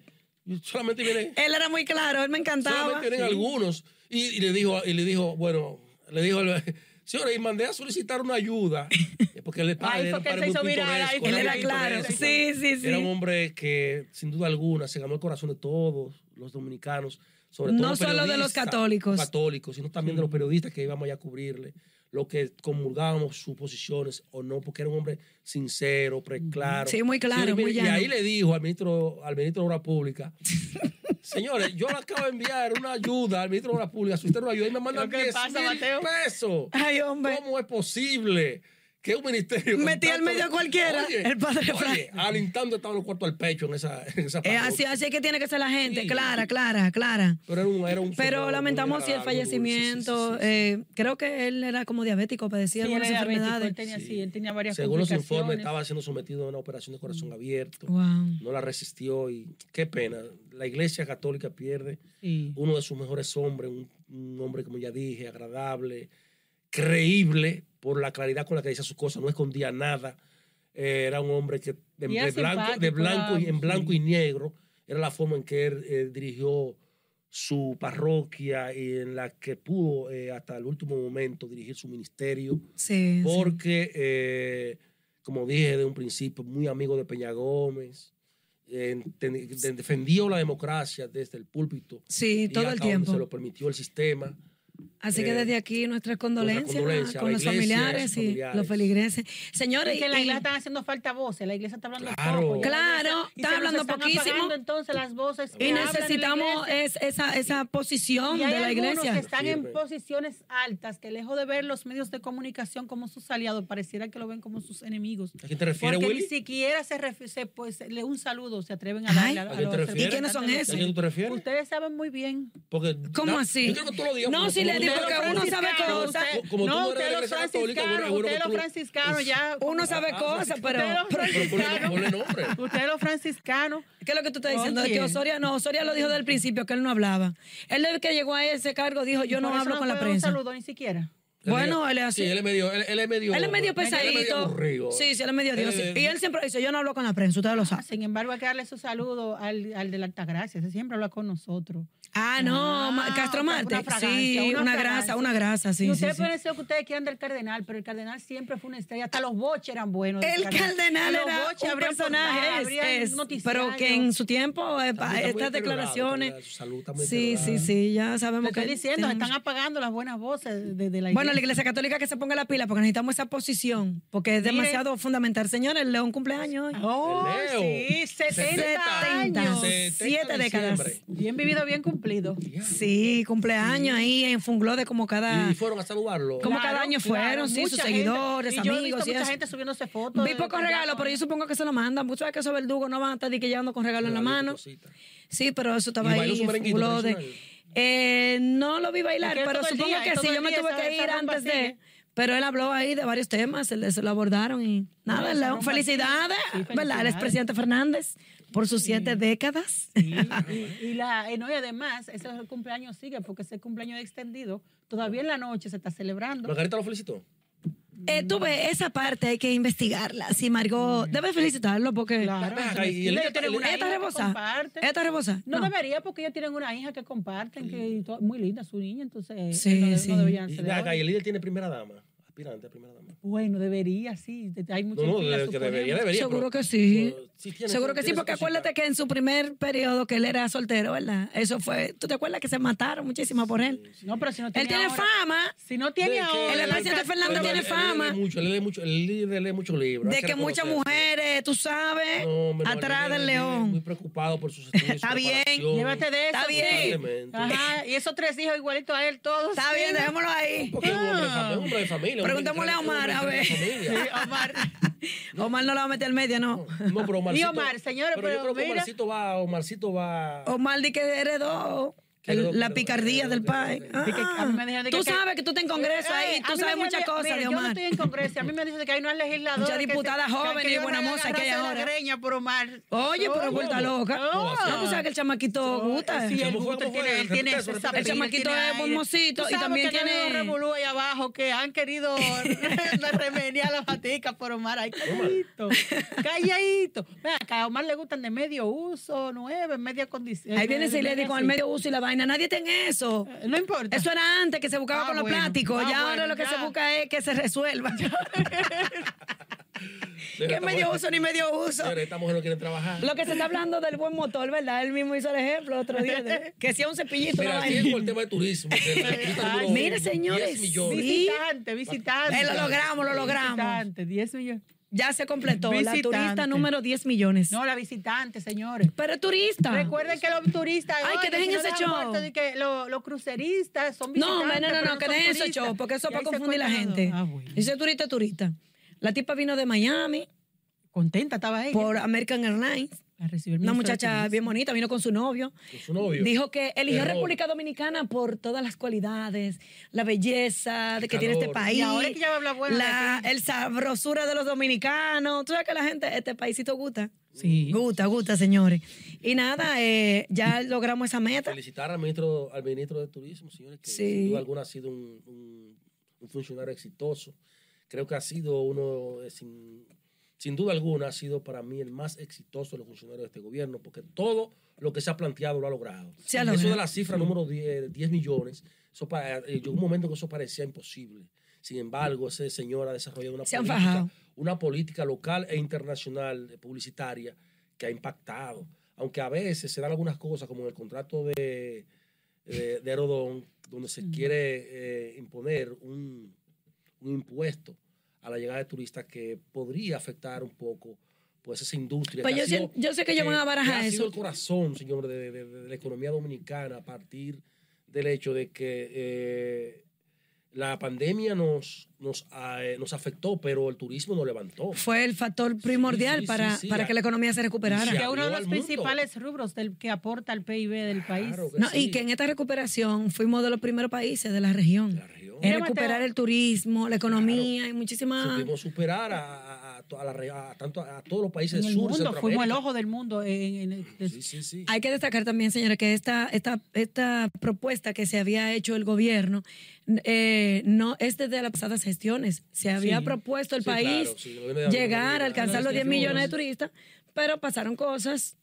S1: solamente vienen,
S2: Él era muy claro, él me encantaba.
S1: solamente vienen algunos. Y, y le dijo, [LAUGHS] y le dijo, bueno, le dijo, el- Señora, y mandé a solicitar una ayuda, eh, porque el padre
S3: Ay,
S1: era
S3: fue
S1: un
S3: que él
S1: padre
S3: se
S1: muy
S3: hizo viral,
S1: pintoresco.
S3: ay,
S2: Él era
S1: muy
S2: claro.
S1: pintoresco.
S2: Sí, sí, sí.
S1: Era un hombre que, sin duda alguna, se ganó el corazón de todos los dominicanos, sobre todo
S2: No solo de los
S1: periodistas
S2: católicos.
S1: católicos, sino también de los periodistas que íbamos allá a cubrirle, lo que comulgábamos sus posiciones o no, porque era un hombre sincero, pre claro.
S2: Sí, muy claro,
S1: Señores,
S2: muy
S1: mire, y
S2: llano.
S1: ahí le dijo al ministro, al ministro de Obra Pública, señores, yo le acabo de enviar una ayuda al ministro de Obra Pública, si usted no la ayuda, y me mandan
S3: ¿Qué le
S1: 10
S3: pasa,
S1: mil
S3: Mateo?
S1: pesos.
S2: Ay, hombre.
S1: ¿Cómo es posible que un ministerio. con
S2: Metí al
S1: tanto-
S2: medio a cualquiera, el padre
S1: Oye,
S2: Frank.
S1: alentando estaban los cuartos al pecho en esa. En esa
S2: Eh,
S1: parroquia.
S2: así, así es que tiene que ser la gente.
S1: Sí.
S2: Clara, clara, clara.
S1: Pero era un. Era un señor
S2: Pero
S1: muy
S2: lamentamos sí, el
S1: agradable, muy dulce, sí, sí,
S2: fallecimiento.
S1: sí, sí.
S2: eh, creo que él era como diabético, padecía
S3: Sí, él
S2: algunas
S3: era diabético,
S2: enfermedades.
S3: Él tenía,
S1: Sí.
S3: sí. él tenía varias
S1: Según los
S3: complicaciones.
S1: informes, estaba siendo sometido a una operación de
S2: Mm.
S1: corazón abierto.
S2: Wow.
S1: No la resistió y qué pena. La iglesia católica pierde
S3: Sí.
S1: uno de sus mejores hombres, un, un hombre, como ya dije, agradable, creíble por la claridad con la que decía sus cosas, no escondía nada. Eh, era un hombre que de,
S3: Y
S1: de
S3: era
S1: blanco, de
S3: simpático,
S1: blanco y,
S3: era-
S1: en blanco
S3: sí.
S1: y negro, era la forma en que él eh, dirigió su parroquia y en la que pudo eh, hasta el último momento dirigir su ministerio
S2: Sí. sí.
S1: porque, eh, como dije de un principio, muy amigo de Peña Gómez, eh, ten- de- defendió la democracia desde el púlpito.
S2: Sí,
S1: y
S2: todo el
S1: hasta donde Se
S2: tiempo.
S1: lo permitió el sistema.
S2: Así que
S1: eh,
S2: desde aquí nuestras condolencias,
S1: condolencias a
S2: con
S1: la
S2: los
S1: iglesia, a
S2: familiares
S1: sus
S2: y
S1: familiares.
S2: los feligreses. Señores,
S3: Es que en la
S2: y-
S3: iglesia están haciendo falta voces, la iglesia está hablando
S1: Claro.
S3: poco. ya la iglesia-
S2: Claro,
S3: y
S2: están
S3: se nos
S2: hablando
S3: están
S2: poquísimo.
S3: apagando entonces las voces.
S2: y,
S3: que hablan en la
S2: necesitamos
S3: iglesia.
S2: es- esa, esa posición
S3: Y
S2: de
S3: hay
S2: la
S3: algunos que
S2: iglesia.
S3: están
S1: Sirve.
S3: en posiciones altas, que lejos de ver los medios de comunicación como sus aliados, pareciera que lo ven como sus enemigos.
S1: ¿A quién te refieres,
S3: Porque
S1: Willy?
S3: ni siquiera se, refi- se, pues, le un saludo, se atreven a darle
S2: Ay.
S1: ¿A
S3: a,
S1: quién
S3: los
S1: te refieres?
S2: ¿Y quiénes son
S1: ¿A
S3: representantes
S1: quién
S3: de-
S1: tú te refieres?
S3: Ustedes saben muy bien.
S1: Porque,
S2: ¿Cómo
S1: na-
S2: así?
S1: Yo creo que tú lo digas.
S2: No,
S1: como-
S2: si
S1: como tú
S2: le digo
S1: no
S2: que
S1: eres
S2: uno sabe
S1: franciscano,
S2: cosas.
S1: como- Como tú
S3: no,
S1: no eres de
S3: ustedes
S1: la
S3: los
S1: iglesia católica, bueno,
S3: franciscanos,
S1: bueno,
S3: ustedes
S1: tú-
S3: los franciscanos ya.
S2: Uno sabe
S1: Ah, ah,
S2: cosas, pero...
S3: ustedes los
S1: Pero
S2: pero-
S1: ponle-
S3: franciscanos.
S1: ponle nombre.
S3: Ustedes los franciscanos.
S2: ¿Qué es lo que tú estás diciendo?
S3: Oye.
S2: Que Osoria, no, Osoria lo dijo desde el principio, que él no hablaba. Él desde que llegó a ese cargo dijo, yo no
S3: por eso
S2: hablo con la
S3: puede dar
S2: prensa.
S3: Un saludo ni siquiera.
S2: Bueno, él es así.
S1: Sí, él es medio. Él, él es medio.
S2: Él es medio pesadito.
S1: aburrido.
S2: sí, sí, él es medio dios.
S1: Él es-
S2: Y él siempre dice, yo no hablo con la prensa, ustedes lo
S3: Ah,
S2: saben.
S3: Sin embargo, hay que darle su saludo al, al de la Altagracia. Ese siempre habla con nosotros.
S2: Ah, no,
S3: Ah,
S2: ma- Castro
S3: una
S2: Marte.
S3: fragancia,
S2: Sí, una, grasa,
S3: fragancia.
S2: una grasa, sí.
S3: Y
S2: sí,
S3: ustedes
S2: sí.
S3: pueden decir lo que ustedes quieran del cardenal, pero el cardenal siempre fue una estrella. Hasta los boches eran buenos. del
S2: El cardenal
S3: Los
S2: era
S3: boches
S2: un
S3: abrían portales,
S2: personaje,
S3: abrían
S2: es- es,
S3: noticiarios.
S2: pero que en su tiempo,
S1: Está muy-
S2: eh,
S1: está muy
S2: estas
S1: deteriorado,
S2: declaraciones...
S1: está muy- su salud está muy
S2: Sí, sí,
S1: deteriorada.
S2: sí, ya
S3: Te
S2: sabemos que...
S3: estoy diciendo,
S2: tenemos-
S3: están apagando las buenas voces de, de la iglesia.
S2: Bueno, la Iglesia Católica que se ponga la pila porque necesitamos esa posición, porque es
S3: Mire.
S2: demasiado fundamental. Señores, el León cumpleaños hoy.
S3: Oh,
S1: Leo.
S3: sí, 70,
S2: 70.
S3: años.
S1: 70
S2: Siete
S1: de
S2: décadas.
S1: diciembre.
S3: Bien vivido, bien cumplido.
S2: Sí, cumpleaños ahí en Funglode como cada...
S1: Y fueron a saludarlo.
S2: Como cada año fueron, sí, sus
S3: mucha
S2: seguidores,
S3: gente. Y yo he visto
S2: amigos y
S3: mucha
S2: eso.
S3: gente subiéndose fotos.
S2: Vi
S3: de-
S2: pocos
S3: de-
S2: regalos, pero yo supongo que se lo mandan. Muchas veces que esos verdugos no van a estar de que llevando con regalo en la mano.
S1: Cosita.
S2: Sí, pero eso estaba
S1: ¿Y bailó
S2: ahí
S1: su
S2: en
S1: merenguito
S2: Funglode.
S1: tradicional?
S2: Eh, no lo vi bailar,
S3: Porque
S2: pero
S3: todo el
S2: supongo
S3: día,
S2: que sí,
S3: todo
S2: yo
S3: el
S2: me
S3: día
S2: tuve
S3: esa-
S2: que
S3: esa
S2: ir
S3: rumba
S2: antes de...
S3: sigue.
S2: Pero él habló ahí de varios temas, se, le- se lo abordaron y nada,
S3: Bueno,
S2: el
S3: esa
S2: León,
S3: rumba-
S2: felicidades,
S3: Sí, felicidades.
S2: ¿verdad? Al expresidente Fernández por sus siete décadas.
S3: [LAUGHS] Y, y la, eh, no, y además, ese cumpleaños sigue porque ese cumpleaños es extendido. Todavía en la noche se está celebrando.
S1: Margarita lo felicitó.
S2: [LAUGHS] Eh, tú ves, esa parte hay que investigarla. Sí, Margot, debes felicitarlo porque
S3: Claro.
S1: Ven acá, y el-
S3: Ellos tienen una
S2: esta
S3: hija que
S2: rebosa.
S3: comparte.
S2: Esta rebosa.
S3: No,
S2: No,
S3: debería porque ellos tienen una hija que comparten, que y to- muy linda su niña, entonces eh,
S2: Sí,
S3: no, de- no
S2: sí.
S3: deberían
S1: Y,
S3: ser
S1: ven
S3: de
S1: acá,
S3: hoy.
S1: y el líder tiene primera dama. Aspirante a primera dama.
S3: Bueno, debería, sí. de- Hay muchas
S1: No, no,
S3: filas,
S1: de- que
S3: suponemos.
S1: debería, debería.
S2: Seguro
S1: pero-
S2: que sí.
S1: pero tiene-
S2: Seguro que
S1: tiene
S2: sí,
S1: su
S2: porque
S1: cosita.
S2: acuérdate que en su primer periodo que él era soltero, ¿verdad? Eso fue, ¿tú te acuerdas que se mataron muchísimas por él?
S3: No, pero si no tiene
S2: Él tiene
S3: ahora-
S2: fama
S3: Si no tiene
S1: De que-
S3: ahora...
S2: El presidente Fernando
S1: Él-
S2: tiene
S1: él- él
S2: fama.
S1: lee mucho, él lee mucho, el líder lee muchos libros.
S2: de
S1: hay
S2: que muchas
S1: reconocerlo.
S2: mujeres, tú sabes,
S1: No, hombre, no, el
S2: atrás
S1: líder
S2: del
S1: vive Muy
S2: león.
S1: preocupado por sus estudios.
S2: [LAUGHS] Está bien,
S3: Llévate de eso.
S2: Está bien.
S1: Totalmente.
S3: Ajá, y esos tres hijos igualitos a él, todos.
S2: Está bien, dejémoslo ahí.
S1: Porque es un hombre de fam- es un hombre de familia. un hombre que
S2: Preguntémosle a
S1: trae-
S2: Omar,
S1: un
S2: a
S1: hombre
S2: ver.
S1: que trae
S2: [LAUGHS]
S1: familia. [LAUGHS]
S2: Omar. Omar no la va a meter al medio, no.
S1: No, pero Omarcito.
S3: Y Omar, señores,
S1: pero, yo
S3: pero
S1: creo que
S3: mira.
S1: Omarcito va, Omarcito va.
S2: Omar di que heredó
S1: Que heredó,
S2: la
S1: que heredó,
S2: picardía
S1: que
S2: del
S1: heredó,
S2: PAI.
S1: que heredó.
S3: Di que a mí me dijeron, di
S2: Tú
S3: que-
S2: sabes que tú estás en Congreso ahí,
S3: Eh, a
S2: tú
S3: mí
S2: sabes
S3: me
S2: muchas
S3: dijeron,
S2: cosas
S3: mira,
S2: de
S3: Yo no
S2: Omar.
S3: estoy en Congreso. y A mí me dicen que hay una legisladora.
S2: Muchas
S3: que se-
S2: diputadas
S3: que-
S2: jóvenes
S3: que
S2: y
S3: yo
S2: buena
S3: me voy a
S2: moza que hay
S3: agarrarse
S2: ahora.
S3: la greña por Omar.
S2: Oye, pero
S3: ¿Cómo?
S2: vuelta loca.
S3: Oh.
S2: No, tú sabes que el chamaquito
S3: Oh,
S2: gusta.
S3: Sí, el
S1: ¿Cómo fue?
S3: gusto
S1: ¿Cómo
S3: tiene,
S1: fue?
S3: él tiene
S1: Repite eso, repite
S2: eso.
S3: esa
S2: El
S3: pila,
S2: chamaquito
S3: tiene
S2: es
S3: aire.
S2: bombosito
S3: Tú
S2: y
S3: sabes
S2: también
S3: que ha habido
S2: tiene-
S3: un revolú ahí abajo que
S2: [LAUGHS]
S3: han querido [LAUGHS] remediar la fatica por Omar. Ay, calladito. Calladito. Ve acá, a Omar le gustan de medio uso, nueve, media condición.
S2: Ahí viene ese lady con el medio uso y la vaina, nadie está en
S3: [LAUGHS]
S2: eso.
S3: Eh, No importa.
S2: Eso era antes que se buscaba
S3: Ah,
S2: con los
S3: bueno.
S2: plásticos. ya
S3: Ah, bueno,
S2: ahora lo que
S3: ya.
S2: se busca es que se
S3: [LAUGHS]
S2: resuelva. que
S1: Señores,
S2: medio
S1: estamos-
S2: uso ni medio uso.
S1: Señores, esta mujer no quiere trabajar.
S2: Lo que se está hablando del buen motor, ¿verdad? Él mismo hizo el ejemplo otro día.
S3: [LAUGHS]
S2: de- que sea un cepillito. una
S1: Mira,
S2: vaina.
S1: sigue con el tema de turismo.
S2: [LAUGHS]
S1: que le quitan
S3: Ay,
S1: unos
S2: mira,
S1: 10
S2: señores,
S1: millones.
S2: sí.
S3: Visitante, visitante.
S2: Eh, lo logramos, lo logramos.
S3: Visitante, 10 millones.
S2: Ya se completó. La
S3: Visitante.
S2: turista número 10 millones.
S3: No, la visitante, señores.
S2: Pero es turista.
S3: Recuerden que los turistas.
S2: Ah. Ay, que dejen
S3: oye, si no
S2: ese
S3: dejan
S2: show.
S3: puerto, di que lo- los cruceristas son
S2: No,
S3: visitantes.
S2: no, no,
S3: pero
S2: no, que
S3: son
S2: dejen eso
S3: turistas.
S2: show, porque eso
S3: Y
S2: es para
S3: ahí se
S2: confundir la
S3: cuelgan los
S2: gente.
S3: dos. Ah, bueno.
S2: Dice turista, turista. La tipa vino de
S3: [LAUGHS]
S2: Miami
S3: Contenta estaba ella.
S2: por American Airlines.
S3: La recibió el
S2: Una
S3: ministro de
S2: muchacha
S3: Turismo.
S2: bien bonita, vino con su novio.
S1: Con su novio.
S2: Dijo que eligió
S1: Error.
S2: República Dominicana por todas las cualidades, la belleza de que tiene este
S1: calor.
S2: país.
S3: Y ahora es que ya va a hablar bueno de
S2: la, el sabrosura de los dominicanos. Tú sabes que la gente, este paísito gusta.
S3: Sí.
S2: Gusta, gusta, señores. Y nada, eh, ya logramos esa meta.
S1: Felicitar al ministro, al ministro de Turismo, señores, que
S2: Sí.
S1: sin duda alguna ha sido un, un- un funcionario exitoso. Creo que ha sido uno, eh, sin, sin duda alguna, ha sido para mí el más exitoso de los funcionarios de este gobierno, porque todo lo que se ha planteado lo ha logrado.
S2: Se ha
S1: Eso
S2: logrado.
S1: de la cifra número 10, 10 millones, eso para, eh, llegó un momento que eso parecía imposible. Sin embargo, ese señor ha desarrollado una
S2: Se han
S1: política
S2: fajado.
S1: una política local e internacional eh, publicitaria que ha impactado. Aunque a veces se dan algunas cosas, como en el contrato de, de, de Herodón, donde se quiere eh, imponer un, un impuesto a la llegada de turistas que podría afectar un poco pues esa industria.
S2: Pues
S1: que
S2: yo
S1: ha sido-
S2: sien- yo sé que ellos van a barajar
S1: que ha sido
S2: eso.
S1: el corazón, señor, de, de- de la economía dominicana a partir del hecho de que eh, la pandemia nos, nos, ah, eh, nos afectó, pero el turismo nos levantó.
S2: Fue el factor primordial
S1: sí,
S2: para,
S1: sí,
S2: para
S1: ya.
S2: que la economía se recuperara.
S1: Y se
S3: Que uno de
S1: abrió al
S3: los
S1: mundo.
S3: principales rubros del que aporta el PIB del país.
S1: Claro que
S2: No,
S1: pues sí,
S2: Y que en esta recuperación fuimos de los primeros países de la
S1: de
S2: región.
S1: la región.
S2: En
S3: Mira,
S2: recuperar
S3: Mateo.
S2: el turismo, la economía y muchísimas...
S1: Supimos superar a, a- a to- a la re- a tanto, a todos los países
S3: En
S1: del
S3: el
S1: sur.
S3: mundo, fuimos el
S1: Centroamérica.
S3: ojo del mundo. En, en- en- de-
S1: Sí, sí, sí.
S2: Hay que destacar también, señores, que esta, esta, esta propuesta que se había hecho el gobierno eh, no es desde las pasadas gestiones. Se había
S3: Sí.
S2: propuesto el
S1: Sí,
S2: país
S1: claro, sí, lo viene de-
S2: llegar a alcanzar los 10 millones de turistas, pero pasaron cosas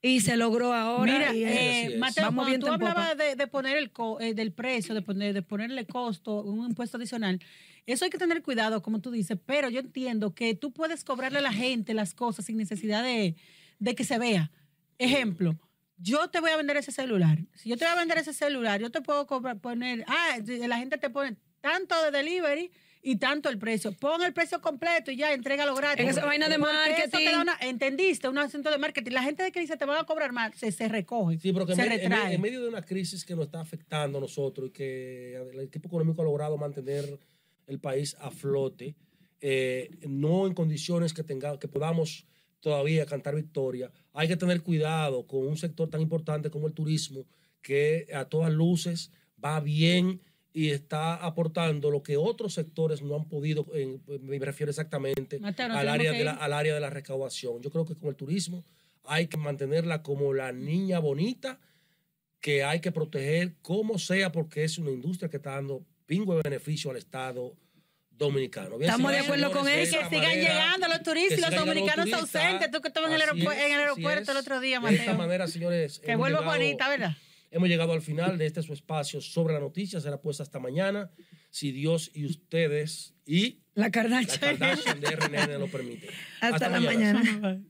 S2: y se logró ahora.
S3: Mira,
S2: y,
S3: eh,
S1: Así es.
S3: Mateo,
S2: Vamos
S3: cuando
S2: viento
S3: tú
S2: en popa.
S3: hablabas de, de poner el co- eh, del precio, de, poner, de ponerle costo, un impuesto adicional, eso hay que tener cuidado, como tú dices, pero yo entiendo que tú puedes cobrarle a la gente las cosas sin necesidad de, de que se vea. Ejemplo, yo te voy a vender ese celular. Si yo te voy a vender ese celular, yo te puedo cobrar, poner, ah, la gente te pone tanto de delivery y tanto el precio. Pon el precio completo y ya, entrégalo gratis.
S2: En esa vaina de
S3: Porque eso te da
S2: marketing.
S3: una- ¿Entendiste? Un asunto de marketing. La gente que dice te van a cobrar más, se, se recoge,
S1: Sí, pero que en,
S3: se
S1: me- en-
S3: retrae.
S1: en medio de una crisis que nos está afectando a nosotros y que el equipo económico ha logrado mantener el país a flote, eh, no en condiciones que, tenga, que podamos todavía cantar victoria, hay que tener cuidado con un sector tan importante como el turismo, que a todas luces va bien y está aportando lo que otros sectores no han podido, en- me refiero exactamente
S3: Mateo, nos
S1: al,
S3: tenemos
S1: área
S3: que
S1: de la,
S3: ir.
S1: al área de la recaudación. Yo creo que con el turismo hay que mantenerla como la niña bonita que hay que proteger como sea porque es una industria que está dando pingo de beneficio al Estado dominicano. Bien,
S2: Estamos de
S1: señoras y
S2: acuerdo con
S1: señores,
S2: eso.
S1: de
S3: que
S1: esa
S3: sigan
S1: manera,
S3: llegando los
S1: que
S3: turistas y
S1: sigan
S3: los
S1: llegando
S3: dominicanos
S1: turistas.
S3: ausentes. Tú que estabas en el,
S1: Así
S3: aeropu-
S1: es,
S3: en
S1: así
S3: el aeropuerto
S1: es.
S3: el
S1: eh,
S3: otro día,
S1: De esta
S3: Mateo.
S1: manera, señores,
S3: Que
S1: hemos
S3: vuelvo
S1: llegado-
S3: bonita, ¿verdad?
S1: Hemos llegado al final de este su espacio sobre la noticia. Será pues hasta mañana, si Dios y ustedes y
S2: la
S1: la
S2: Kardashian.
S1: Kardashian de RNN lo permiten.
S2: Hasta, la mañana.